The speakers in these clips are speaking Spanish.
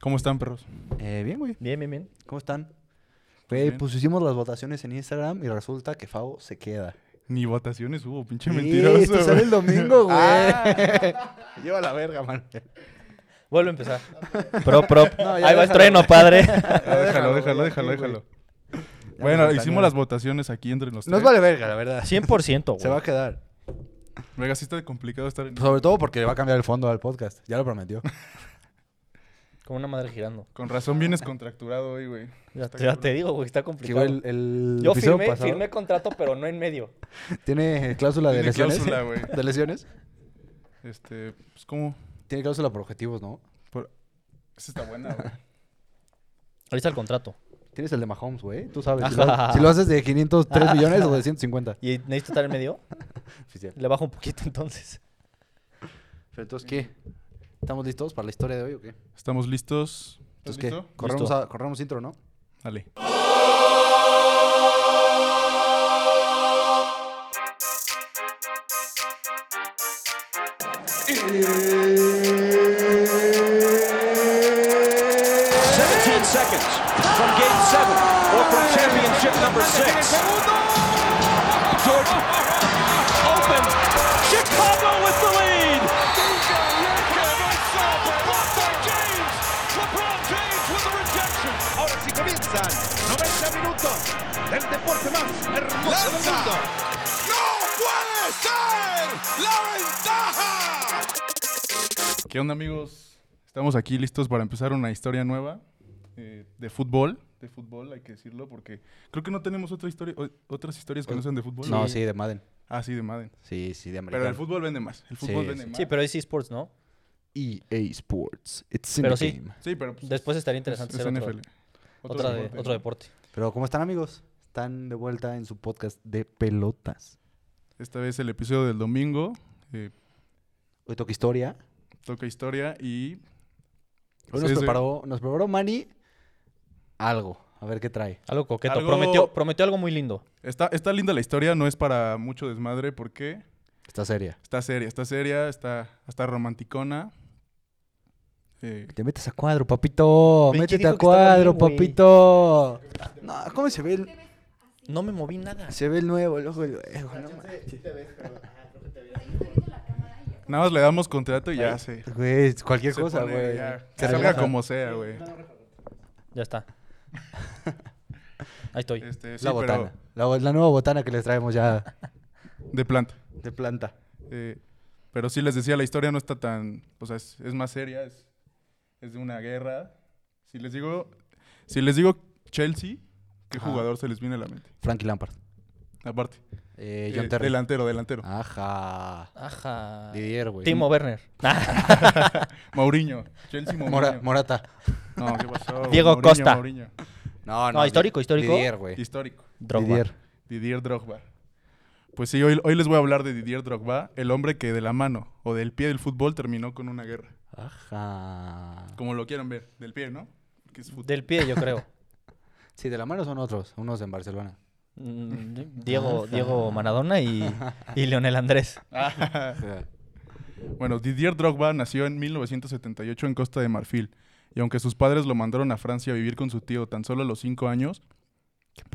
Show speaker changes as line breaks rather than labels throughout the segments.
¿Cómo están, perros?
Eh, bien, güey.
Bien, bien, bien.
¿Cómo están?
Pues
Güey,
bien.
pues hicimos las votaciones en Instagram y resulta que Favo se queda.
Ni votaciones hubo, pinche
Sí,
mentiroso.
esto
güey.
sale el domingo, güey.
Ah.
Lleva la verga, man.
Vuelve a empezar. Prop, prop.
No, ya
Ahí va el
déjalo,
trueno,
güey.
padre.
Ah, déjalo,
güey,
déjalo,
ya
déjalo,
aquí, güey.
déjalo.
Ya
Bueno,
nos
hicimos
vetanearon.
las votaciones aquí entre los
Nos
tres.
vale verga, la verdad.
100%,
Se va
güey.
a quedar.
Verga, sí está complicado estar en-
Sobre todo porque le va a cambiar el fondo al podcast. Ya lo prometió.
Como una madre girando.
Con razón vienes contracturado hoy, güey.
Ya,
Está
ya
cabrón.
te digo, güey, está
Que
complicado.
güey, el, el
Yo
episodio
firmé,
pasado
firmé contrato, pero no en medio.
tiene eh, cláusula de
Tiene
lesiones.
cláusula, güey.
de lesiones.
Este, pues como...
Tiene cláusula por objetivos, ¿no?
Por... Esa está buena, güey.
Ahí está el contrato.
Tienes el de Mahomes, güey. Tú sabes. Si lo, si lo haces de 503 millones o de 150.
¿Y necesito estar en medio?
Oficial.
Le bajo un poquito entonces.
Pero entonces, ¿qué? ¿Estamos listos para la historia de hoy o qué?
¿Estamos listos? ¿Estás
Entonces, Pues, ¿qué?
listo?
Corremos,
Listo.
a- corremos intro, ¿no?
Dale.
from game seven or from championship number six. Jordan open. Chicago with the lead.
Ahora sí comienzan 90 minutos del deporte más hermoso del mundo. ¡No puede ser la ventaja!
¿Qué onda, amigos? Estamos aquí listos para empezar una historia nueva eh, de fútbol. De fútbol, hay que decirlo, porque creo que no tenemos otra historia, o- otras historias que no sean de fútbol.
Pues, No,
güey.
sí, de Madden.
Ah, sí, de Madden.
Sí, sí, de americano.
Pero el fútbol vende más. El fútbol
Sí,
vende
sí.
más.
Sí, pero es eSports, ¿no?
EA E Sports. It's in
Pero
the
sí.
game.
Sí, pero, pues,
Después estaría
es-
interesante
es
hacer otro,
NFL.
otra de- otro
¿no?
deporte.
Pero ¿cómo están amigos? Están de vuelta en su podcast de pelotas.
Esta vez el episodio del domingo. eh,
Hoy toca historia.
toca historia y.
Hoy
Sí,
nos,
sí.
preparó, nos preparó Manny algo. A ver qué trae.
Algo coqueto.
Algo-
Prometió, prometió algo muy lindo.
Está, está linda la historia, no es para mucho desmadre porque
Está seria.
está seria, está seria, está, está romanticona. Eh,
Te metes a cuadro, papito. Métete
Pinche dijo
a
que estaba
cuadro,
bien, güey.
papito. No, ¿cómo se ve el,
No me moví nada.
se ve el nuevo, el ojo del viejo? No manches.
nada más le damos contrato y ya se.
Güey, es cualquier
se
cosa,
pone
güey.
ya, que
Se
salga
relaja.
como sea, güey.
Ya está. Ahí estoy.
Este, sí,
la
pero
botana. La, bo- la nueva botana que les traemos ya
de planta.
de planta.
Eh, pero sí les decía, la historia no está tan. O sea, es, es más seria, es, es de una guerra. Si les digo, si les digo Chelsea, ¿qué
Ajá.
jugador se les viene a la mente?
Frankie Lampard.
Aparte,
Eh, John
eh,
Terry.
delantero, delantero.
Ajá.
Ajá.
Didier, güey.
Timo Werner.
Mourinho, Chelsea Mourinho.
Ah. Mora- Morata.
No, ¿qué pasó? güey?
Diego
Mourinho,
Costa.
Mourinho.
No,
No, histórico,
Di-
histórico.
Didier, güey.
Histórico.
Drogba.
Didier.
Didier Drogba. Pues sí, hoy, hoy les voy a hablar de Didier Drogba, el hombre que de la mano o del pie del fútbol terminó con una guerra.
Ajá.
Como lo quieran ver, del pie, ¿no? Porque es fútbol.
Del pie, yo creo.
Sí, de la mano son otros, unos en Barcelona.
Mm, Diego, Diego Maradona y, y Leonel Andrés.
Ah. Bueno, Didier Drogba nació en 1978 en Costa de Marfil. Y aunque sus padres lo mandaron a Francia a vivir con su tío tan solo a los cinco años,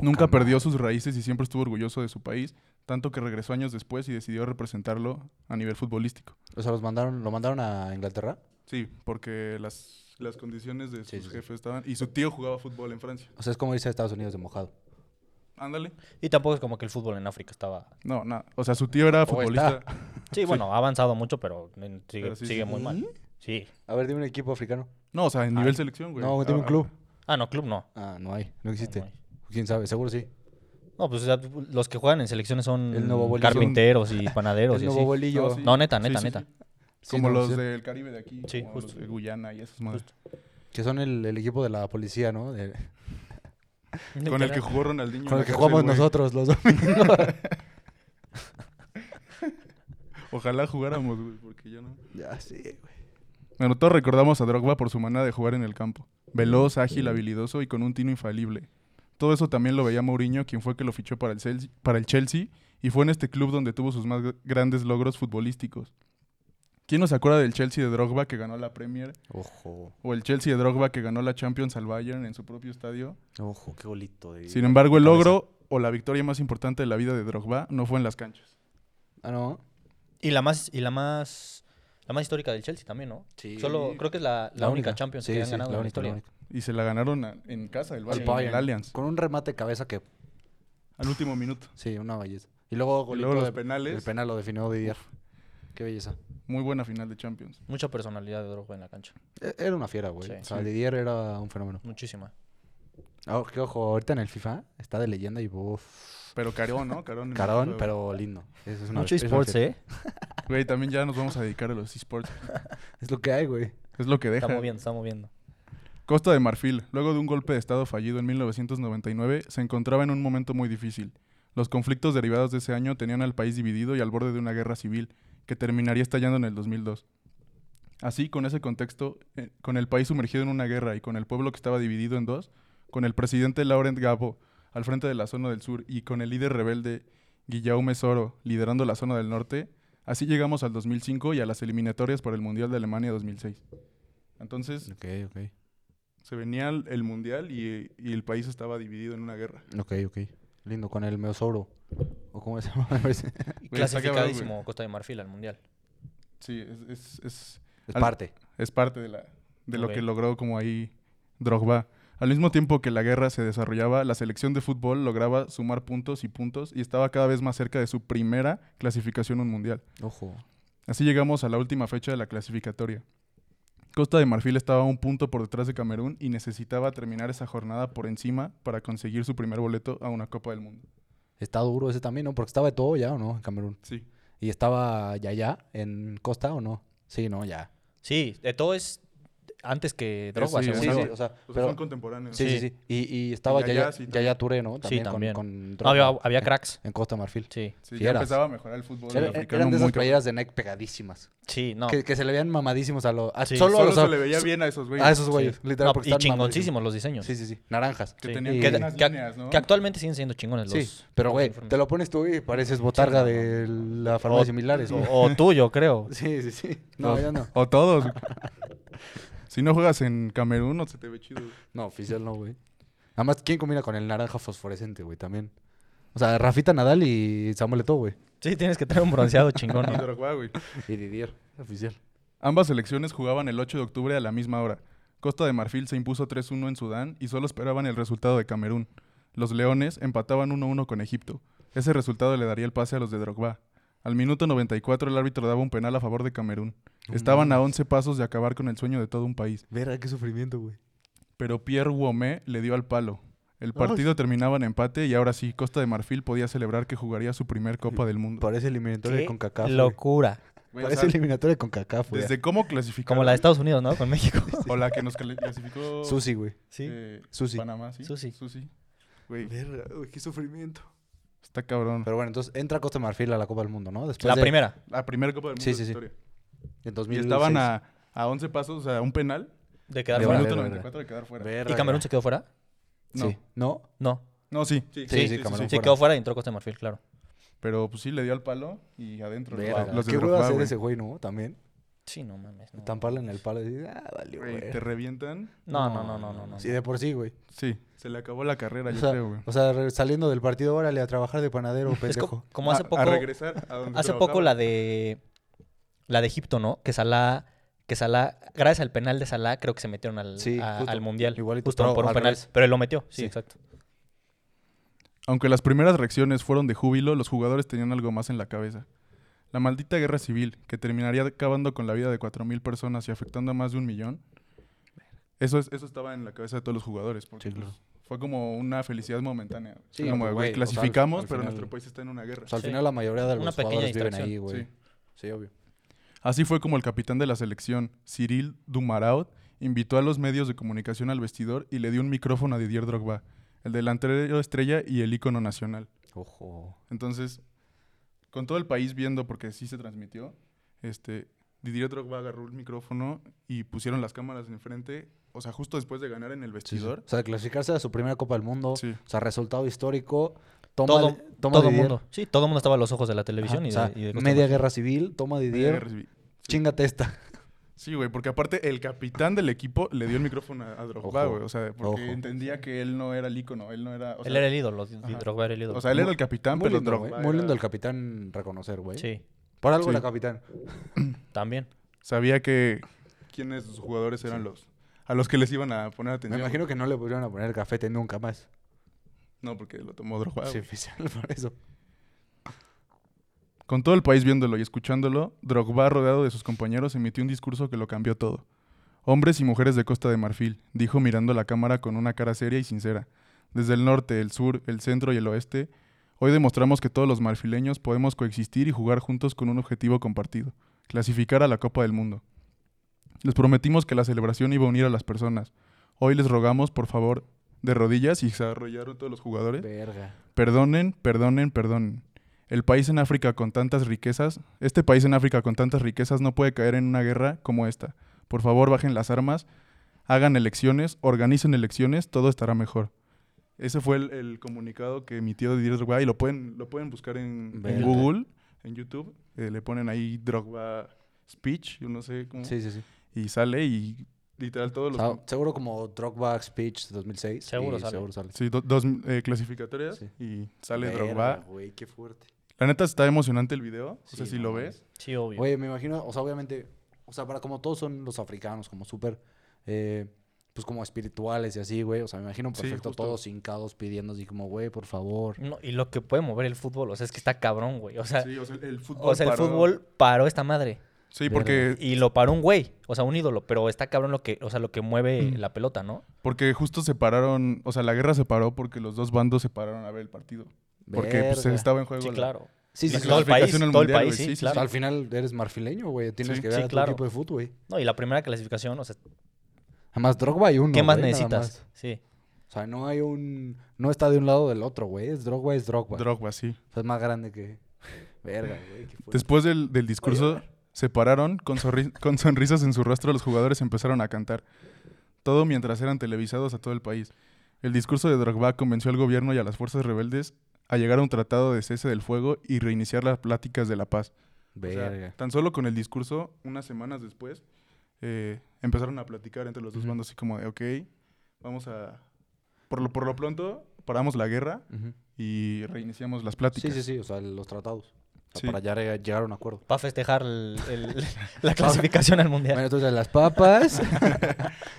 nunca perdió sus raíces y siempre estuvo orgulloso de su país, tanto que regresó años después y decidió representarlo a nivel futbolístico.
O sea, los mandaron, lo mandaron a Inglaterra.
Sí, porque las, las condiciones de
Sí,
sus
sí, sí.
jefes estaban... Y su tío jugaba fútbol en Francia.
O sea, es como irse a Estados Unidos de mojado.
Ándale.
Y tampoco es como que el fútbol en África estaba.
No, nada. O sea, su tío
Oh,
era futbolista.
Sí, bueno, ha avanzado mucho, pero en- sigue,
Pero sí,
sigue
sí.
muy mal. Sí.
A ver, dime un equipo africano.
No, o sea, en nivel selección, güey.
no, dime
Ah,
un club.
Ah, no, club no.
Ah, no hay, no existe.
No hay.
¿Quién sabe? Seguro sí.
No, pues o sea, los que juegan en selecciones son
El nuevo bolillo.
carpinteros y panaderos.
El
y
nuevo
así.
bolillo.
No, sí.
No, neta, neta, neta.
Sí,
Como
no,
los
sí.
del Caribe de aquí.
Sí,
como los
justo.
de Guyana y esas madres.
Que son el, el equipo de la policía, ¿no? De-
Con el que jugó Ronaldinho. en
con
la
el que
cárcel,
jugamos
güey.
nosotros los domingos.
Ojalá jugáramos, güey, porque yo no.
ya, sí, güey.
Bueno, todos recordamos a Drogba por su manera de jugar en el campo. Veloz, ágil, habilidoso y con un tino infalible. Todo eso también lo veía Mourinho, quien fue que lo fichó para el, Chelsea, para el Chelsea, y fue en este club donde tuvo sus más grandes logros futbolísticos. ¿Quién nos acuerda del Chelsea de Drogba que ganó la Premier?
Ojo,
O el Chelsea de Drogba que ganó la Champions al Bayern en su propio estadio.
ojo, qué golito. De...
Sin embargo, el
cabeza.
logro o la victoria más importante de la vida de Drogba no fue en las canchas.
Ah, no.
Y la más, y la más, la más histórica del Chelsea también, ¿no?
Sí.
Solo creo que es la, la única Champions
Sí,
que han
sí,
ganado en la
única,
historia.
única.
Y se la ganaron a- en casa del Bayern, en
Bayern.
el Allianz,
Con un remate de cabeza que,
al último minuto.
sí, una belleza. Y luego,
Y
golito
luego los
de- El
penales,
penal lo definió Didier. Qué belleza.
muy buena final de Champions.
Mucha personalidad de Drogba en la cancha.
E- Era una fiera, güey.
Sí.
O sea,
Sí.
Didier era un fenómeno.
Muchísima.
Ah, que ojo, ahorita en el FIFA está de leyenda y uff.
Pero carón, ¿no? Carón. en el
Carón,
juego.
pero lindo. Eso es una-
Mucho
es una
esports,
fiera.
¿eh?
Güey, también ya nos vamos a dedicar a los esports.
Es lo que hay, güey.
Es lo que deja.
Estamos viendo, estamos viendo.
Costa de Marfil, luego de un golpe de Estado fallido en 1999, se encontraba en un momento muy difícil. Los conflictos derivados de ese año tenían al país dividido y al borde de una guerra civil, que terminaría estallando en el 2002. Así, con ese contexto, eh, con el país sumergido en una guerra y con el pueblo que estaba dividido en dos, con el presidente Laurent Gbagbo al frente de la zona del sur y con el líder rebelde Guillaume Soro liderando la zona del norte, así llegamos al 2005 y a las eliminatorias para el Mundial de Alemania 2006. Entonces,
Ok, ok.
se venía el, el mundial y, y el país estaba dividido en una guerra.
Ok, ok. Lindo, con el meosauro. ¿O cómo se llama?
Güey,
es
Y
está cabrón, güey.
clasificadísimo Costa de Marfil al Mundial.
Sí, es, es, es, Al-
parte.
es parte de, la, de lo
Ok.
que logró como ahí Drogba. Al mismo tiempo que la guerra se desarrollaba, la selección de fútbol lograba sumar puntos y puntos y estaba cada vez más cerca de su primera clasificación a un mundial.
Ojo.
Así llegamos a la última fecha de la clasificatoria. Costa de Marfil estaba un punto por detrás de Camerún y necesitaba terminar esa jornada por encima para conseguir su primer boleto a una Copa del Mundo.
Está duro ese también, ¿no? Porque estaba de todo ya, ¿o no? En Camerún.
Sí.
¿Y estaba Yaya en Costa o no? Sí, no, ya.
Eh, Sí, de todo es antes que Drogba,
Sí,
según
sí,
yo.
sí.
o sea,
O sea,
pero-
Pues son contemporáneos.
sí, sí, sí. Y, y estaba
Y Yaya,
Yaya,
sí,
Yaya,
también.
Touré, ¿no? También, con-
también.
Con,
No, había,
Drogba,
había
en-
cracks.
En Costa Marfil.
Sí,
Sí, ya
Fieras.
empezaba a mejorar el fútbol
Era-
africano.
eran de esas
muy cabrón.
playeras de Nike pegadísimas.
sí, no.
Que, que se le veían mamadísimos a los.
Sí,
solo a
Solo
los.
se le veía bien a esos güeyes.
a esos güeyes.
Sí.
pues, Literal,
No,
porque
y
estaban mamadísimos.
chingoncísimos los diseños.
Sí, sí, sí. Naranjas.
que
sí.
tenían
Y-
que,
Que-
unas
que-
líneas, ¿no?
Que actualmente siguen siendo chingones los.
Sí, pero
los
güey,
uniformes.
te lo pones tú y pareces botarga de la farmacia similares. güey.
O, o tuyo, creo.
Sí, sí, sí. No, yo no.
O todos. si no juegas en Camerún, no se te ve chido.
No, oficial no, güey. Además, ¿quién combina con el naranja fosforescente, güey? También. O sea, Rafita Nadal y Samuel Eto'o, güey.
Sí, tienes que traer un bronceado chingón.
Y
¿no?
Uruguay, güey.
Y Didier, oficial.
Ambas selecciones jugaban el 8 de octubre a la misma hora. Costa de Marfil se impuso 3-1 en Sudán y solo esperaban el resultado de Camerún. Los Leones empataban 1-1 con Egipto. Ese resultado le daría el pase a los de Drogba. Al minuto 94 el árbitro daba un penal a favor de Camerún.
No
Estaban a 11 pasos de acabar con el sueño de todo un país.
Verga, qué sufrimiento, güey.
pero Pierre Womé le dio al palo. El partido terminaba en empate y ahora sí, Costa de Marfil podía celebrar que jugaría su primer Copa del Mundo.
Parece eliminatoria
Qué
de CONCACAF. güey.
locura.
Güey, o
Parece
sea,
eliminatoria de CONCACAF, güey.
desde cómo clasificó.
Como la de Estados Unidos, ¿no? Con México.
O la que nos cali- clasificó.
Susi, güey.
Sí.
eh,
Susi.
Panamá, sí.
Susi.
Güey,
Verga, güey, qué sufrimiento.
está cabrón.
Pero bueno, entonces entra Costa de Marfil a la Copa del Mundo, ¿no? Después
La
Pues de-
primera.
La primera Copa del Mundo
Sí,
de
sí,
la
sí.
historia.
En
Y
2006.
estaban a, a 11 pasos, o sea, un penal.
De
Al
quedar
De
fuera.
minuto
verga,
94 de quedar fuera.
Verga.
¿Y Camerún se quedó fuera?
No,
Sí. ¿No?
No.
no, sí.
Sí, sí, Camerún.
Sí,
Fuera.
quedó fuera y entró Costa de Marfil, claro.
Pero pues sí, le dio al palo y adentro.
Verga.
Los de
¿Qué hueva
Drogba,
hacer
güey.
ese güey, no? También.
Sí, no mames. No,
Tamparle en el palo y decir, ah, valió,
Güey,
güey.
te revientan.
no, no, no, no. no, no.
Sí, de por sí, güey.
Sí, se le acabó la carrera,
O
yo
sea,
creo, güey.
o sea, re- saliendo del partido, órale, a trabajar de panadero,
Es co-
pendejo.
como hace
A-
poco.
A regresar a donde
Hace
trabajaba.
poco la de la de Egipto, ¿no? Que Salah, que Salah, gracias al penal de Salah, creo que se metieron al,
Sí,
a-
justo.
al mundial.
Igualito,
justo
pero
por un
al
penal.
revés.
Pero él lo metió, sí,
Sí.
exacto.
Aunque las primeras reacciones fueron de júbilo, los jugadores tenían algo más en la cabeza. La maldita guerra civil, que terminaría acabando con la vida de 4.000 personas y afectando a más de un millón. Eso, es, eso estaba en la cabeza de todos los jugadores. Porque
Sí, claro.
pues, fue como una felicidad momentánea.
Sí,
como, güey,
pues, güey, o sea, al-
clasificamos,
al
pero
final-
nuestro país está en una guerra.
O sea, al
Sí.
final la mayoría de los
Una pequeña
jugadores viven
distracción.
ahí, güey.
Sí.
Sí. obvio.
Así fue como el capitán de la selección, Cyril Dumaraut, invitó a los medios de comunicación al vestidor y le dio un micrófono a Didier Drogba, el delantero estrella y el ícono nacional.
Ojo.
Entonces, con todo el país viendo, porque sí se transmitió, este, Didier Drogba agarró el micrófono y pusieron las cámaras enfrente, o sea, justo después de ganar en el
Sí, sí.
vestidor.
O sea, clasificarse a su primera Copa del Mundo.
Sí.
O sea, resultado histórico. Toma
Todo,
de- toma
todo
Didier.
mundo. Sí, todo el mundo estaba a los ojos de la televisión
Ajá,
y
o
de,
sea,
y de Costa
media
Rica.
guerra civil, toma
Media guerra
Didier.
civil.
Chingate esta.
Sí, güey, porque aparte el capitán del equipo le dio el micrófono a, a Drogba,
Ojo,
güey. O sea, porque
ojo.
entendía que él no era el ícono, él no era... O sea,
él era el ídolo, y
ajá.
Drogba era el ídolo.
O sea, él era el capitán,
Muy
pero
lindo, güey.
Drogba
Muy
era-
lindo el capitán reconocer, güey.
Sí,
Por algo
Sí.
la capitán.
también.
Sabía que quiénes sus jugadores eran los... A los que les iban a poner
Me
atención.
imagino que no le volvieron a poner cafete nunca más.
No, porque lo tomó Drogba.
Sí,
güey.
oficial, por eso.
Con todo el país viéndolo y escuchándolo, Drogba, rodeado de sus compañeros, emitió un discurso que lo cambió todo. Hombres y mujeres de Costa de Marfil, dijo mirando la cámara con una cara seria y sincera. Desde el norte, el sur, el centro y el oeste, hoy demostramos que todos los marfileños podemos coexistir y jugar juntos con un objetivo compartido, clasificar a la Copa del Mundo. Les prometimos que la celebración iba a unir a las personas. Hoy les rogamos, por favor, de rodillas y se arrollaron todos los jugadores.
Verga.
Perdonen, perdonen, perdonen. El país en África con tantas riquezas, este país en África con tantas riquezas no puede caer en una guerra como esta. Por favor, bajen las armas, hagan elecciones, organicen elecciones, todo estará mejor. Ese fue el, el comunicado que emitió Didier Drogba y lo pueden, lo pueden buscar en, en
Verde.
Google, en YouTube. Eh, le ponen ahí Drogba Speech, yo no sé cómo.
Sí, sí, sí.
Y sale y literal todos los...
O sea, seguro como Drogba Speech 2006.
Seguro
y
sale.
Seguro sale.
Sí, do- dos eh, clasificatorias
Sí.
y sale
Verga,
Drogba.
Güey, qué fuerte.
La neta está emocionante el video. O sea,
Sí,
si
no
lo
mames.
ves.
Sí, obvio.
Oye, me imagino, o sea, obviamente, o sea, para como todos son los africanos, como súper, eh, pues como espirituales y así, güey. O sea, me imagino
Sí,
perfecto
justo.
todos hincados pidiendo así como, güey, por favor.
No, y lo que puede mover el fútbol, o sea, es que está cabrón, güey. O sea,
Sí, o sea, el fútbol.
o sea el
paró.
fútbol paró esta madre.
Sí, porque,
Y lo paró un güey, o sea, un ídolo, pero está cabrón lo que, o sea, lo que mueve
Mm.
la pelota, ¿no?
porque justo se pararon. O sea, la guerra se paró porque los dos bandos se pararon a ver el partido. Porque pues,
Verga.
estaba en juego.
Sí,
la-
claro.
Sí, sí,
la
Y
sí.
todo el país,
clasificación al
todo el
mundial,
país,
güey.
sí,
Sí, sí,
O sea,
claro.
al final eres marfileño, güey. Tienes
Sí,
que ver
sí,
a tu
claro.
equipo de fútbol, güey.
No, y la primera clasificación, o sea,
Además, Drogba y uno.
¿qué más
güey, nada
necesitas?
más.
Sí.
O sea, no hay un. No está de un lado o del otro, güey. Es Drogba, es Drogba.
Drogba, sí.
O sea, es más grande que. Verga, güey. qué fuerte.
Después del, del discurso, se pararon. Con, sorri- con sonrisas en su rostro, los jugadores empezaron a cantar. Todo mientras eran televisados a todo el país. El discurso de Drogba convenció al gobierno y a las fuerzas rebeldes a llegar a un tratado de cese del fuego y reiniciar las pláticas de la paz. O sea,
Verga.
tan solo con el discurso, unas semanas después, eh, empezaron a platicar entre los dos bandos, así como de, ok, vamos a. Por lo, por lo pronto, paramos la guerra
Ujú.
y reiniciamos las pláticas.
Sí, sí, sí. O sea, los tratados. O sea,
Sí.
Para ya re- llegar a un acuerdo.
Para festejar el- el- la clasificación al mundial.
Bueno, entonces las papas.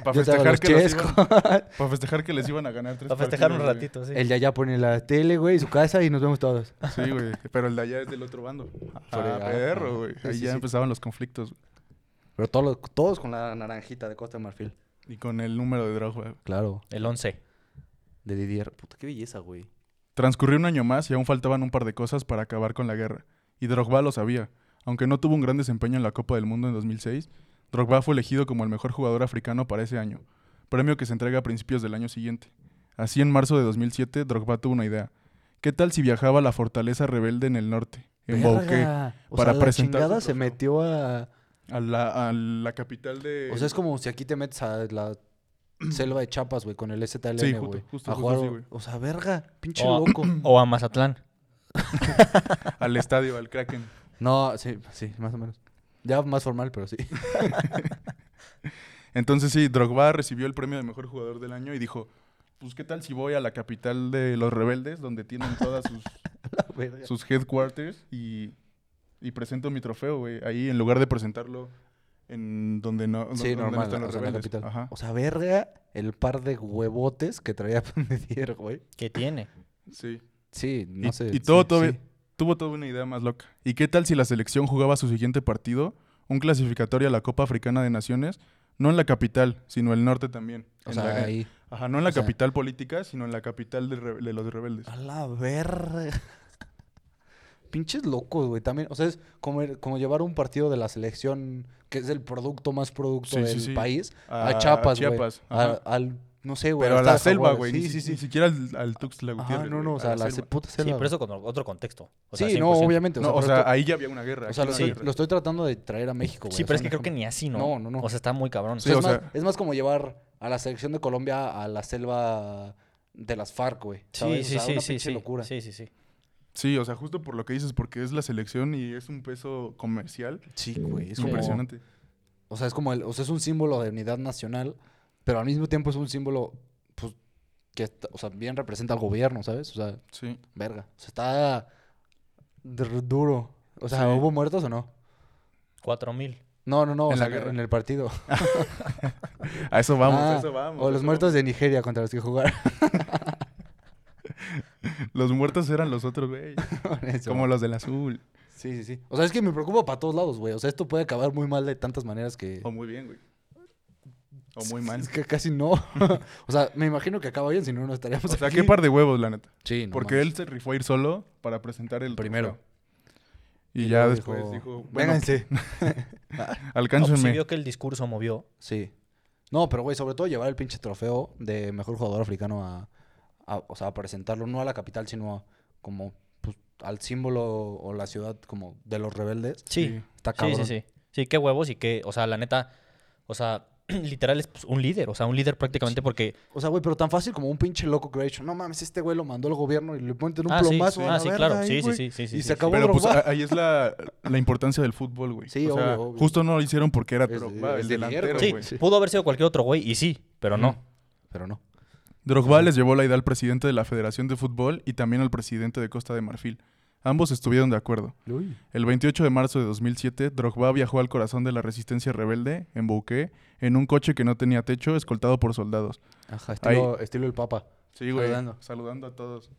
Para
Yo te hago
festejar,
los
que les
chescos.
iban- pa' festejar que les iban a ganar tres
Para festejar un
partidos,
ratito, sí.
El de allá pone la tele, güey, su casa y nos vemos todos.
güey. Sí, güey. Pero el de allá es del otro bando. Ah,
Fregado.
perro, güey.
Sí,
Ahí
sí,
ya
sí.
empezaban los conflictos. güey.
Pero todos, los- todos con la naranjita de Costa de Marfil.
Y con el número de Drogba. güey.
Claro.
El 11.
De Didier. Puta, qué belleza, güey.
Transcurrió un año más y aún faltaban un par de cosas para acabar con la guerra. Y Drogba lo sabía. Aunque no tuvo un gran desempeño en la Copa del Mundo en 2006, Drogba fue elegido como el mejor jugador africano para ese año, premio que se entrega a principios del año siguiente. Así, en marzo de 2007, Drogba tuvo una idea. ¿Qué tal si viajaba a la fortaleza rebelde en el norte, en Bauqué,
Verga. O
para
sea, la
presentarse
chingada
al
se
trofeo.
metió a...
a la, a la capital de...
O sea, es como si aquí te metes a la selva de Chapas, güey, con el STLN,
Sí,
güey.
justo, justo, justo
a jugar,
así, güey.
O sea, verga, pinche
O a-
loco.
O a Mazatlán.
al estadio, al Kraken.
No, sí, sí, más o menos. Ya más formal, pero sí.
Entonces sí, Drogba recibió el premio de mejor jugador del año y dijo, pues qué tal si voy a la capital de los rebeldes, donde tienen todas sus...
Verga.
sus headquarters y, y presento mi trofeo, güey. Ahí en lugar de presentarlo en donde no, donde-
Sí,
donde no
normal,
están los
o sea, en la
rebeldes.
capital.
Ajá.
O sea, verga, el par de huevotes que traía Didier, güey.
¿Qué tiene?
Sí.
Sí, no
y,
sé.
y todo,
sí,
todo-
sí.
tuvo toda una idea más loca. ¿Y qué tal si la selección jugaba su siguiente partido, un clasificatorio a la Copa Africana de Naciones, no en la capital, sino el norte también?
O
En
sea,
la-
ahí...
Ajá, no en la
o sea- Ah,
capital política, sino en la capital de, rebe- de los rebeldes.
A la verga. Pinches locos, güey. También, o sea, es como, el- como llevar un partido de la selección, que es el producto más producto
Sí, sí,
del
sí.
país, a,
A
Chiapas, güey.
Chiapas,
A-
ajá.
Al, no sé, güey.
Pero a
hasta
la selva,
Jaguares.
güey.
Sí,
ni, si-
sí, sí.
ni siquiera al, al Tuxtla
Ajá,
Gutierrez.
no,
güey,
no, o
a
sea, la se-
selva.
puta
Sí,
selva.
pero eso con otro contexto. O sea,
sí, no,
100%.
obviamente.
No, o
pero
sea,
esto-
ahí ya había una guerra.
o sea,
aquí
lo,
no
sí.
había
estoy,
guerra.
lo estoy tratando de traer a México, güey.
Sí,
o
pero es
sea,
que creo que ni así, ¿no?
No, no, no.
O sea, está muy cabrón.
Sí,
es,
o
más,
sea-
es más como llevar a la selección de Colombia a la selva de las FARC, güey.
sí,
¿sabes? O
sí,
sea,
sí,
una
sí,
pinche
sí.
locura.
Sí, sí, sí.
Sí, o sea, justo por lo que dices, porque es la selección y es un peso comercial.
Sí, güey. Es
Es
como-
impresionante.
o sea, es como el, o sea, es un símbolo de unidad nacional, pero al mismo tiempo es un símbolo, pues, que, está- o sea, bien representa al gobierno, ¿sabes? O sea,
Sí.
verga. O sea, está dr- duro. O sea, ¿hubo muertos o no?
Cuatro mil.
No, no, no. o
En la
sea,
guerra.
en el partido.
A eso vamos,
Ah,
a eso vamos.
O
a
los
eso
muertos de Nigeria contra los que jugaron.
vamos. Los muertos eran los otros, güey.
Eso.
como los del azul.
Sí, sí, sí. O sea, es que me preocupa para todos lados, güey. O sea, esto puede acabar muy mal de tantas maneras que...
O muy bien, güey. O muy mal.
Es que casi no. o sea, me imagino que acaba bien, si no, no estaríamos
O sea,
pues, aquí.
qué par de huevos, la neta.
Sí, no
Porque
mames.
él se rifó a ir solo para presentar el
Primero.
trofeo. Y,
Y
ya
luego
después dijo, bueno, pues,
Vénganse.
No, pues, sí
alcáncenme.
vio que el discurso movió.
Sí. No, pero güey, sobre todo llevar el pinche trofeo de mejor jugador africano a, a- o sea, a presentarlo no a la capital, sino a- como pues, al símbolo o la ciudad como de los rebeldes.
Sí.
Está Ah,
Sí,
cabrón.
sí, sí. Sí, qué huevos y qué, o sea, la neta, o sea, literal es pues, un líder, o sea, un líder prácticamente porque...
O sea, güey, pero tan fácil como un pinche loco que hubiera dicho, no mames, este güey lo mandó el gobierno y le ponen un
Ah, sí,
plomazo a
sí.
la
Ah, sí,
verga
claro.
ahí,
Sí, sí,
güey".
sí, sí, sí,
Y
sí.
se acabó
Pero pues
Drogba.
a- ahí es la, la importancia del fútbol, güey.
Sí,
o sea,
obvio, obvio.
justo no lo hicieron porque era
Es-
Drogba,
es
el
de mierda,
delantero,
sí,
güey.
Sí.
pudo haber sido cualquier otro güey y sí, pero no.
Pero no.
Drogba les llevó la idea al presidente de la Federación de Fútbol y también al presidente de Costa de Marfil. Ambos estuvieron de acuerdo. El 28 de marzo de 2007, Drogba viajó al corazón de la resistencia rebelde, en Bouquet, en un coche que no tenía techo, escoltado por soldados.
Ajá, estilo, estilo el papa.
Sí, güey.
Saludando.
Saludando. a todos.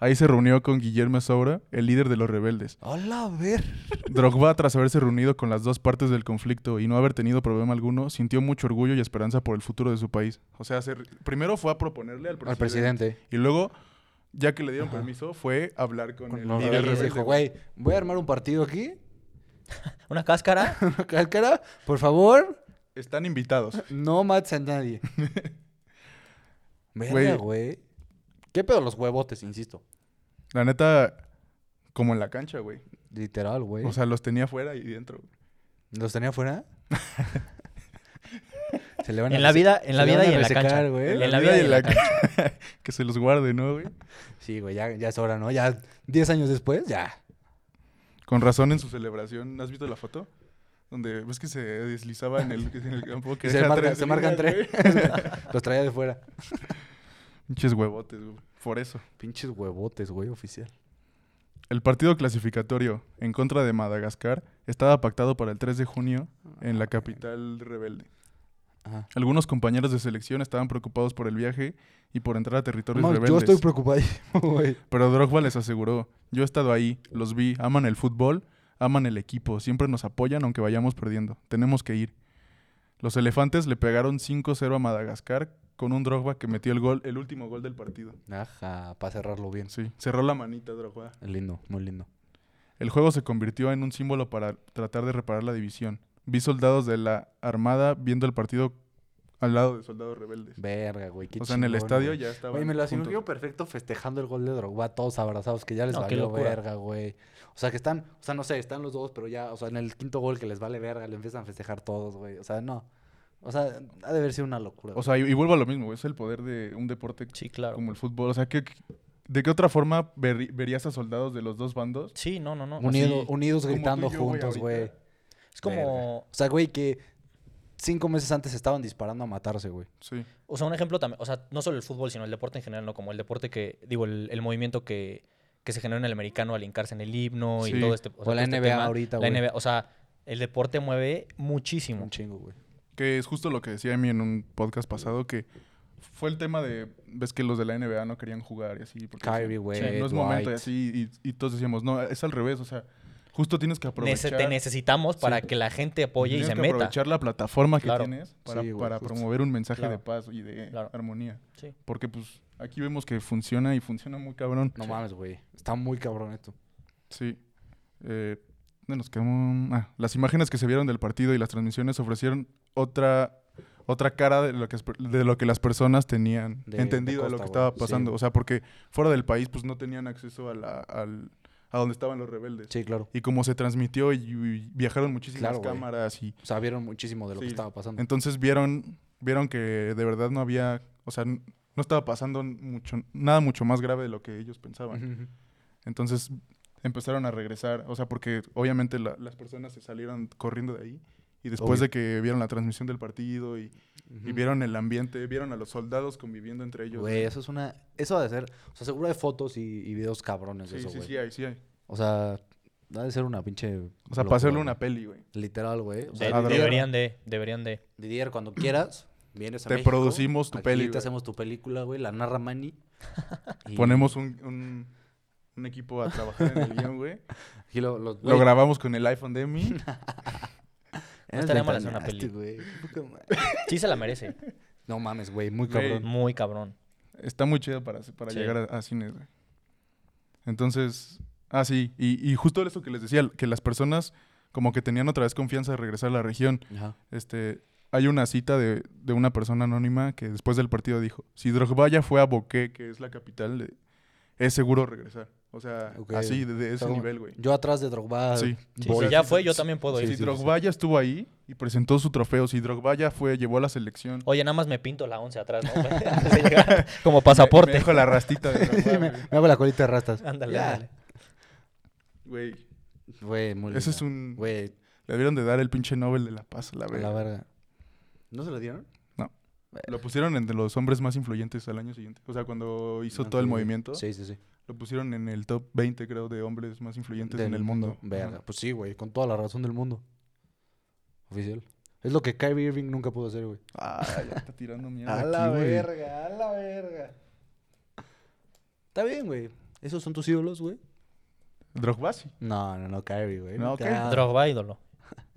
Ahí se reunió con Guillermo Saura, el líder de los rebeldes.
Hola, a ver.
Drogba, tras haberse reunido con las dos partes del conflicto y no haber tenido problema alguno, sintió mucho orgullo y esperanza por el futuro de su país. O sea, se- primero fue a proponerle al presidente.
Al presidente.
Y luego, ya que le dieron permiso, fue a hablar con, el
Los
líder
rebeldes
rebelde.
dijo, güey, voy a armar un partido aquí.
Una cáscara,
Cáscara, por favor,
Están invitados.
no mates a nadie. Verga, güey. ¿Qué pedo los huevotes, insisto?
La neta, como en la cancha, güey.
Literal, güey.
O sea, los tenía afuera y dentro.
¿Los tenía afuera? se le van a
en la
rese-
vida, en
se
la
le
vida
van a
y en la
resecar,
cancha.
güey.
En la vida y en la cancha.
que se los guarde, ¿no, güey?
Sí, güey, ya, ya es hora, ¿no? Ya 10 años después, ya.
Con razón en su celebración. ¿Has visto la foto? Donde ves que se deslizaba en el, en el campo. Que
Y se,
deja
marca-
tres
se marcan
líneas,
tres.
güey.
los traía de fuera.
Pinches huevotes, güey. Por eso.
Pinches huevotes, güey, oficial.
El partido clasificatorio en contra de Madagascar estaba pactado para el 3 de junio en la capital rebelde.
Ajá.
Algunos compañeros de selección estaban preocupados por el viaje y por entrar a territorios
Mamá,
rebeldes.
yo estoy preocupadísimo, güey.
Pero Drogba les aseguró, yo he estado ahí, los vi, aman el fútbol, aman el equipo, siempre nos apoyan aunque vayamos perdiendo, tenemos que ir. Los elefantes le pegaron 5-0 a Madagascar con un Drogba que metió el gol, el último gol del partido.
Ajá, para cerrarlo bien.
Sí, cerró la manita Drogba.
Lindo, muy lindo.
El juego se convirtió en un símbolo para tratar de reparar la división. Vi soldados de la Armada viendo el partido al lado de soldados rebeldes.
Verga, güey. qué
o sea, en el
chingón,
estadio
güey.
ya estaba.
Güey, me lo imagino perfecto festejando el gol de Drogba, todos abrazados, que ya les
No, qué
valió
locura.
verga, güey. O sea, que están, o sea, no sé, están los dos, pero ya, o sea, en el quinto gol que les vale verga, le empiezan a festejar todos, güey. O sea, no. O sea, ha de haber sido una locura.
O sea, y, y vuelvo a lo mismo, güey, es el poder de un deporte
Sí, claro.
como el fútbol. O sea, ¿qué- ¿de qué otra forma verri- verías a soldados de los dos bandos?
Sí, no, no, no.
Un-
Unido-
así,
unidos
como tú y
gritando
yo, güey,
juntos, güey.
ahorita.
Es como,
O sea, güey, que cinco meses antes estaban disparando a matarse, güey.
Sí.
O sea, un ejemplo también, o sea, no solo el fútbol, sino el deporte en general, ¿no? Como el deporte que, digo, el, el movimiento que, que se generó en el americano al hincarse en el himno
Sí.
y todo este.
O
todo
la
este
NBA ahorita,
La
güey.
NBA, o sea, el deporte mueve
Un
muchísimo.
chingo, güey.
Que es justo lo que decía Emi en un podcast pasado, que fue el tema de, ves que los de la NBA no querían jugar y así. Porque
Kyrie,
decían,
güey.
no es
Dwight.
momento y así, y, y todos decíamos, no, es al revés, o sea, justo tienes que
Nece-
aprovechar.
te necesitamos para que la gente apoye y
Tienes
se
que
meta.
aprovechar la plataforma que
Claro.
tienes para,
Sí, güey,
para
justo.
promover un mensaje
Claro.
de paz y de
Claro.
armonía.
Sí.
Porque pues aquí vemos que funciona y funciona muy cabrón.
No
Sí.
mames, güey. Está muy cabrón esto.
Sí. Eh, ¿dónde nos quedamos? Ah, las imágenes que se vieron del partido y las transmisiones ofrecieron otra otra cara de lo que, esper- de lo que las personas tenían
De- de
entendido de, lo que
Costa, güey.
estaba
Sí.
pasando. O sea, porque fuera del país pues no tenían acceso a, la- al- a donde estaban los rebeldes.
Sí, claro.
Y como se transmitió y, y viajaron muchísimas
Claro, güey.
cámaras y
O sea, vieron muchísimo de lo que
Sí.
estaba pasando.
Entonces vieron, vieron que de verdad no había, o sea, n- no estaba pasando mucho, nada mucho más grave de lo que ellos pensaban.
Ujú, ujú.
Entonces empezaron a regresar, o sea, porque obviamente la- las personas se salieron corriendo de ahí y después
Obvio.
de que vieron la transmisión del partido y, y vieron el ambiente, vieron a los soldados conviviendo entre ellos.
Güey, eso es una. Eso ha de ser. O sea, seguro hay fotos y, y videos cabrones de
sí,
eso,
sí,
güey.
sí hay, sí hay.
O sea, ha de ser una pinche.
O sea,
locura,
para hacerle una
güey.
peli, güey.
Literal, güey. O
De-
sea,
Ah,
Didier,
deberían de, deberían de.
Didier, cuando quieras, vienes a
Te
México,
producimos tu
aquí
peli,
Te
güey.
hacemos tu película, güey. La narra Manny. y
Ponemos un, un- un equipo a trabajar en el guión, güey.
aquí lo, lo,
Lo grabamos con el iPhone de mí.
No
estaría mal hacer una peli. Sí se la merece.
No mames, güey. Muy
Güey.
cabrón.
Muy cabrón.
Está muy chido para, para
Sí.
llegar a, a cines, güey. Entonces, ah, sí. Y, y justo eso que les decía, que las personas como que tenían otra vez confianza de regresar a la región.
Ajá.
Este, hay una cita de, de una persona anónima que después del partido dijo, si Drogba ya fue a Boqué, que es la capital, de- es seguro regresar. O sea,
Ok.
así, de, de ese
Está-
nivel, güey.
Yo atrás de Drogba.
Sí.
Sí,
Voy.
si Pues ya fue, yo también puedo
Sí,
ir.
si Drogba ya estuvo ahí y presentó su trofeo, si Drogba ya fue, llevó a la selección.
Oye, nada más me pinto la 11 atrás, ¿no? Antes de llegar, Como pasaporte.
Me dejo la rastita de Drogba,
Sí, me,
güey.
me hago la colita de rastas.
Ándale,
Ya.
ándale.
güey.
Güey, muy
Ese
lindo.
es un...
Güey,
Le dieron de dar el pinche Nobel de la Paz, a la
a
verga.
la verga. ¿No se lo dieron?
Lo pusieron entre los hombres más influyentes al año siguiente. O sea, cuando hizo todo el movimiento,
Ah, Sí, sí, sí.
lo pusieron en el top 20, creo, de hombres más influyentes en
Del
el mundo.
Verga.
Ajá.
Pues sí, güey. Con toda la razón del mundo. Oficial. Es lo que Kyrie Irving nunca pudo hacer, güey.
Ah, ya está tirando mierda. aquí, güey.
verga, a la verga. Está bien, güey. ¿Esos son tus ídolos, güey?
Drogba, sí.
No, no, no, Kyrie, güey.
No,
Te
Kyrie.
ha-
Drogba ídolo.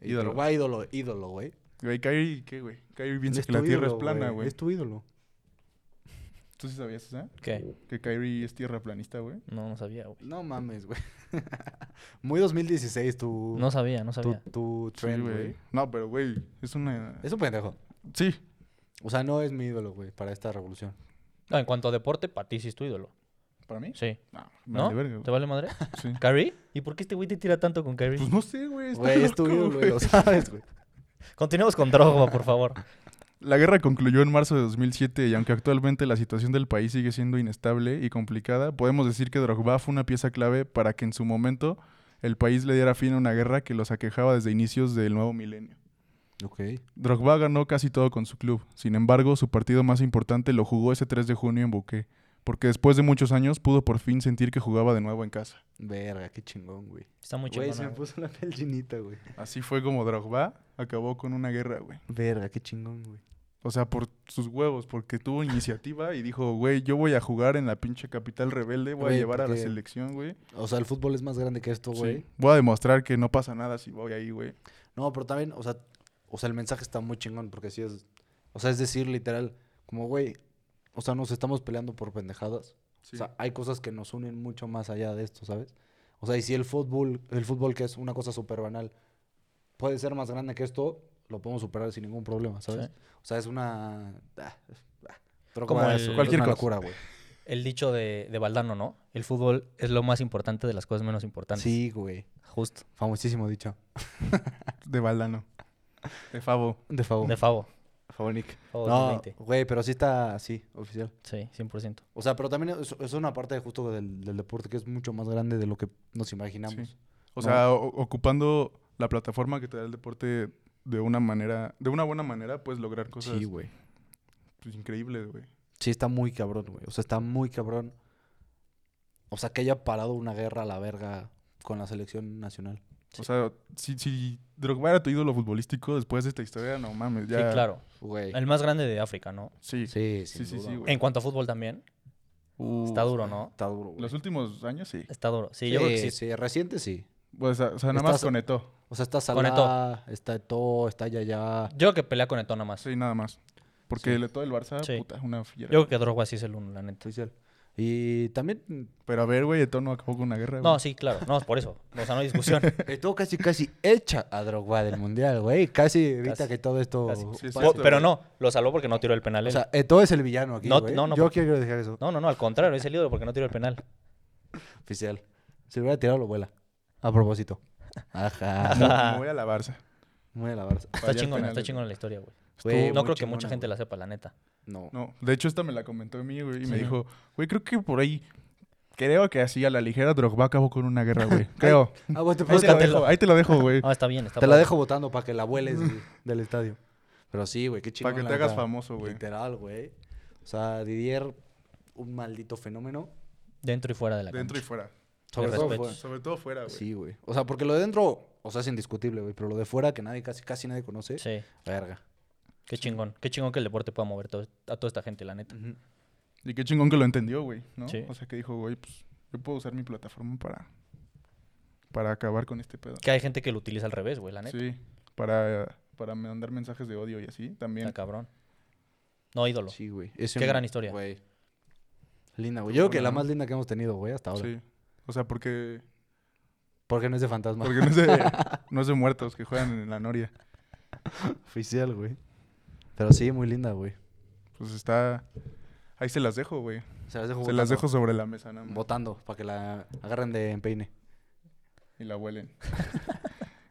Y
ídolo.
Drogba, ídolo, ídolo, güey.
Güey, Kyrie, ¿qué, güey? Kyrie piensa
Es
que la
tu
Tierra
ídolo,
es plana, güey.
Es tu ídolo.
¿Tú sí sabías, eh?
¿Qué?
Que Kyrie es tierra planista, güey.
No, no sabía, güey.
No mames, güey. Muy 2016 tu,
No sabía, no
tu,
sabía.
tu
Sí,
trend, güey.
No, pero, güey, es una...
es un pendejo.
Sí.
O sea, no es mi ídolo, güey, para esta revolución.
No, en cuanto a deporte, para ti sí es tu ídolo.
¿Para mí?
Sí.
No, me
¿No?
vale verga, güey.
¿Te vale madre?
Sí.
¿Carrie? ¿Y por qué este güey te tira tanto con Carrie?
Pues no sé, güey. está
Güey, es tu
loco,
ídolo, güey,
güey.
lo sabes, güey.
Continuemos con Drogba, por favor.
La guerra concluyó en marzo de 2007 y aunque actualmente la situación del país sigue siendo inestable y complicada, podemos decir que Drogba fue una pieza clave para que en su momento el país le diera fin a una guerra que los aquejaba desde inicios del nuevo milenio.
Ok.
Drogba ganó casi todo con su club, sin embargo su partido más importante lo jugó ese 3 de junio en Buqué, porque después de muchos años pudo por fin sentir que jugaba de nuevo en casa.
Verga, qué chingón, güey.
Está muy
Güey, pues. se
chingona.
me
güey.
puso la piel chinita, güey.
Así fue como Drogba acabó con una guerra, güey.
Verga, qué chingón, güey.
O sea, por sus huevos, porque tuvo iniciativa y dijo, güey, yo voy a jugar en la pinche capital rebelde, voy
Güey,
a llevar a la
porque-
selección, güey.
O sea, el fútbol es más grande que esto, güey.
Sí. Voy a demostrar que no pasa nada si voy ahí, güey.
No, pero también, o sea, o sea, el mensaje está muy chingón porque sí es, o sea, es decir, literal, como, güey, o sea, nos estamos peleando por pendejadas.
Sí.
O sea, hay cosas que nos unen mucho más allá de esto, ¿sabes? O sea, y si el fútbol, el fútbol que es una cosa súper banal, puede ser más grande que esto, lo podemos superar sin ningún problema, ¿sabes?
Sí.
O sea, es una... ah, ah, pero
Como
como
el-
es una
cualquier cosa.
locura, güey.
El dicho de, de Valdano, ¿no? El fútbol es lo más importante de las cosas menos importantes.
Sí, güey.
Justo.
Famosísimo dicho.
De Valdano. De Favo.
De favor.
De Favo.
Favonic.
Favo
Oh. No,
2020.
güey, pero sí está así, oficial.
Sí, 100%.
O sea, pero también es, es una parte justo del, del deporte que es mucho más grande de lo que nos imaginamos.
Sí. O sea, o- ocupando la plataforma que te da el deporte de una manera, de una buena manera, puedes lograr cosas
Sí, güey.
pues, increíbles, güey.
Sí, está muy cabrón, güey. O sea, está muy cabrón. O sea, que haya parado una guerra a la verga con la selección nacional.
O sea, si, si Drogba era tu ídolo futbolístico después de esta historia, no mames, ya.
Sí, claro.
Güey.
El más grande de África, ¿no?
Sí, sí, sí,
Sí, sin
sí,
duda,
sí,
güey.
güey.
En cuanto a fútbol también. Está duro, ¿no?
Está duro, güey.
Los últimos años, sí.
Está duro. Sí,
Sí,
yo creo que sí.
sí, reciente sí.
O sea, o sea, nada más
Estás-
conectó.
O sea, está
Con Eto'o.
Salah, está Eto, está Yaya.
Yo creo que pelea con Eto nada más.
Sí, nada más. Porque el todo el Barça,
Sí.
puta, una fiera.
Yo creo que Drogba sí es el uno, la neta.
Oficial. Y también
Pero a ver, güey, Eto'o no acabó con una guerra.
No,
güey.
sí, claro. No, es por eso. O sea, no hay discusión.
Eto casi casi echa a Drogba del Mundial, güey. Casi evita
Casi,
que todo esto
casi.
Sí, es
pase.
Po-
cierto,
pero
güey.
no, lo salvó porque no tiró el penal.
O
él.
sea, Eto es el villano aquí,
No,
güey.
no, no,
Yo
por-
quiero dejar eso.
no, no, no, al contrario, es el ídolo porque no tiró el penal.
Oficial. Si lo hubiera tirado, lo vuela. A propósito. Ajá.
Me voy a la Barça.
Muy a la Barça.
Está
Fallar
chingona,
penales,
está
güey.
chingona la historia, güey.
Güey,
Estuvo
No
muy
creo que
chingona,
mucha gente
güey.
la sepa, la neta.
No.
No, de hecho esta me la comentó a mí, güey, y me
Sí.
dijo, güey, creo que por ahí Creo que así a la ligera Drogba acabó con una guerra, güey. Creo.
Ah, bueno, te,
Ahí te la
te,
dejo, ahí te la dejo, güey.
Ah, está bien, está
te la
padre.
dejo votando para que la vueles del- del estadio. Pero sí, güey, qué chido.
que te hagas famoso, güey.
Literal, güey. O sea, Didier, un maldito fenómeno.
Dentro y fuera de la
Dentro y
cancha.
fuera.
Sobre
Le
todo
respeto.
fuera.
Sobre todo fuera, güey.
Sí, güey. O sea, porque lo de dentro, o sea, es indiscutible, güey. Pero lo de fuera, que nadie, casi, casi nadie conoce.
Sí,
Verga.
qué chingón. Qué chingón que el deporte pueda mover todo- a toda esta gente, la neta.
Y qué chingón que lo entendió, güey, ¿no?
Sí.
O sea, que dijo, güey, pues yo puedo usar mi plataforma para, para acabar con este pedo.
Que hay gente que lo utiliza al revés, güey, la neta.
Sí, para, para mandar mensajes de odio y así
Está
también.
cabrón. No, ídolo.
Sí, güey. Es
Qué gran historia.
Güey. Linda, güey. Yo creo que
Buena,
la
¿no?
más linda que hemos tenido, güey, hasta ahora.
Sí. O sea, porque,
Porque no es de fantasma.
porque no, es de, no es de muertos que juegan en la noria.
Oficial, güey. Pero sí, muy linda, güey.
Pues está... Ahí se las dejo, güey.
Se las dejo
Se las dejo
votando.
sobre la mesa nada más.
votando para que la agarren de empeine.
Y la huelen.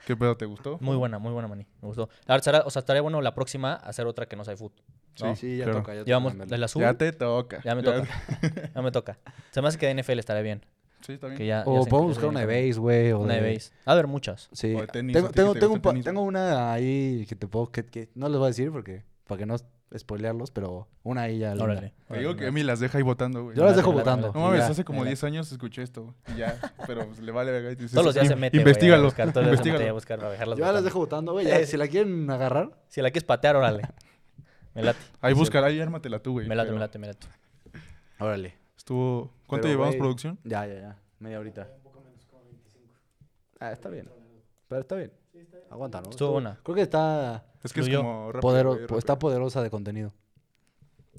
¿Qué pedo? ¿Te gustó?
Muy buena, muy buena, Mani. Me gustó. La verdad, estará- o sea, estaría bueno la próxima hacer otra que no sea de fútbol.
Sí, claro.
ya
Llevamos
Amberly.
el azul.
Ya te toca.
Ya me toca. Ya me toca. Se me hace que de NFL estaría bien.
Sí, está bien.
Que ya, ya
O
se-
podemos
ya
buscar
se
una de
viene
base, güey. o
también. Una de base. Ha de haber muchas.
Sí.
O de tenis,
tengo,
a ti que
tengo,
te gusta
tengo un
el
pa-
tenis,
tengo una ahí que te puedo. Que, que no les voy a decir porque. Para que no spoilearlos, pero una ahí ya. linda.
Órale.
Te digo que Emi las deja ahí votando, güey.
Yo las
Dale,
dejo
dale, dale.
votando.
No mames,
ya.
hace como
Mira.
10 años escuché esto, güey, y ya, pero pues, le vale verga. y dices,
Todos los días se
"In-
mete. güey, a
Investígalo,
buscar, todos los días se mete a
investígalo.
buscar para dejarlas
Yo ya las
votando.
dejo votando, güey.
Eh,
ya, Si la quieren agarrar,
Si la quieres patear, órale. Me late.
Ahí búscala, ahí ármatela tú, güey.
Me late,
pero
me late, me late.
órale.
Estuvo... ¿Cuánto
Pero,
llevamos
güey,
producción?
Ya, ya, ya. Media horita. Ah, está bien. Pero está bien. Aguanta, ¿no?
Estuvo buena.
Creo que está,
Es que es
fluyó.
como rápido,
podero-
güey,
po- está
rápido.
poderosa de contenido.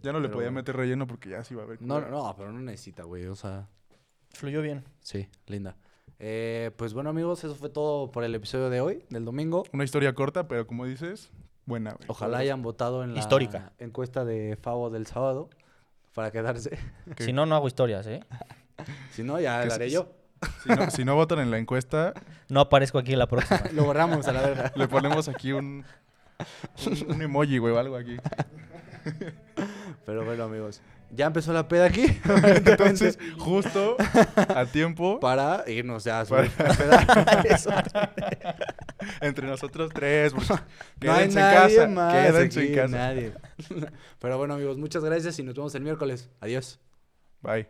Ya no le
pero
podía
bueno.
meter relleno porque ya sí iba a ver.
No, no, no, pero no necesita, güey. O sea,
Fluyó bien.
sí, linda. Eh, pues bueno, amigos, eso fue todo por el episodio de hoy, del domingo.
Una historia corta, pero como dices, buena, güey.
Ojalá hayan votado en la
Histórica.
encuesta de Favo del sábado para quedarse.
¿Qué?
Si no, no hago historias, ¿eh?
Si no, ya
Que
la
se-
haré yo.
Si no, si no votan en la encuesta,
No aparezco aquí en la próxima.
Lo borramos a la verga.
le ponemos aquí un... un- Un emoji, güey, o algo aquí.
Pero bueno, amigos, ya empezó la peda aquí.
Entonces, justo a tiempo,
para irnos ya a su-
Para-
a pedar. Eso.
entre nosotros tres. porque
No hay
Quédense en
nadie
casa.
más
Quédense en
aquí,
casa.
nadie. Pero bueno, amigos, muchas gracias y nos vemos el miércoles. Adiós.
Bye.